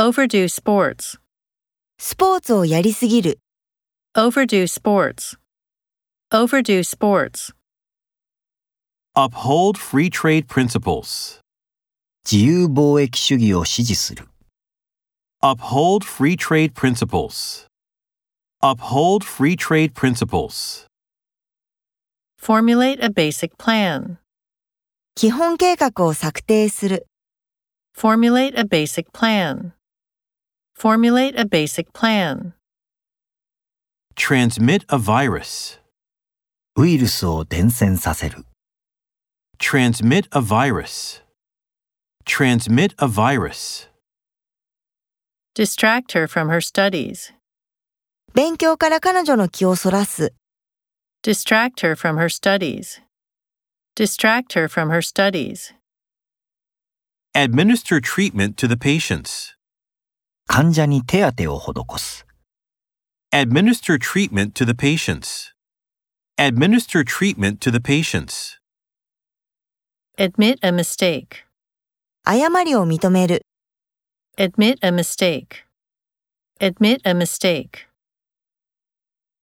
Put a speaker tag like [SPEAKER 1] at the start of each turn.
[SPEAKER 1] Overdo sports.
[SPEAKER 2] スポーツをやりすぎる、
[SPEAKER 1] Overdo sports. Overdo sports.
[SPEAKER 3] Uphold free trade principles.
[SPEAKER 4] 自由貿易主義を支持する。
[SPEAKER 3] Uphold free trade principles. Uphold free trade principles.
[SPEAKER 1] Formulate a basic plan.
[SPEAKER 2] 基本計画を策定する、
[SPEAKER 1] Formulate a basic plan. Formulate a basic plan.
[SPEAKER 3] Transmit a virus.
[SPEAKER 4] ウイルスを伝染させる。
[SPEAKER 3] Transmit a virus. Transmit a virus.
[SPEAKER 1] Distract her from her studies.
[SPEAKER 2] 勉強から彼女の気をそらす、
[SPEAKER 1] Distract her from her studies. Distract her from her studies.
[SPEAKER 3] Administer treatment to the patients.
[SPEAKER 4] 患者に手当てを施す。
[SPEAKER 3] Administer treatment to the patients. Administer treatment to the patients.
[SPEAKER 1] Admit a mistake.
[SPEAKER 2] 誤りを認める。
[SPEAKER 1] Admit a mistake. Admit a mistake.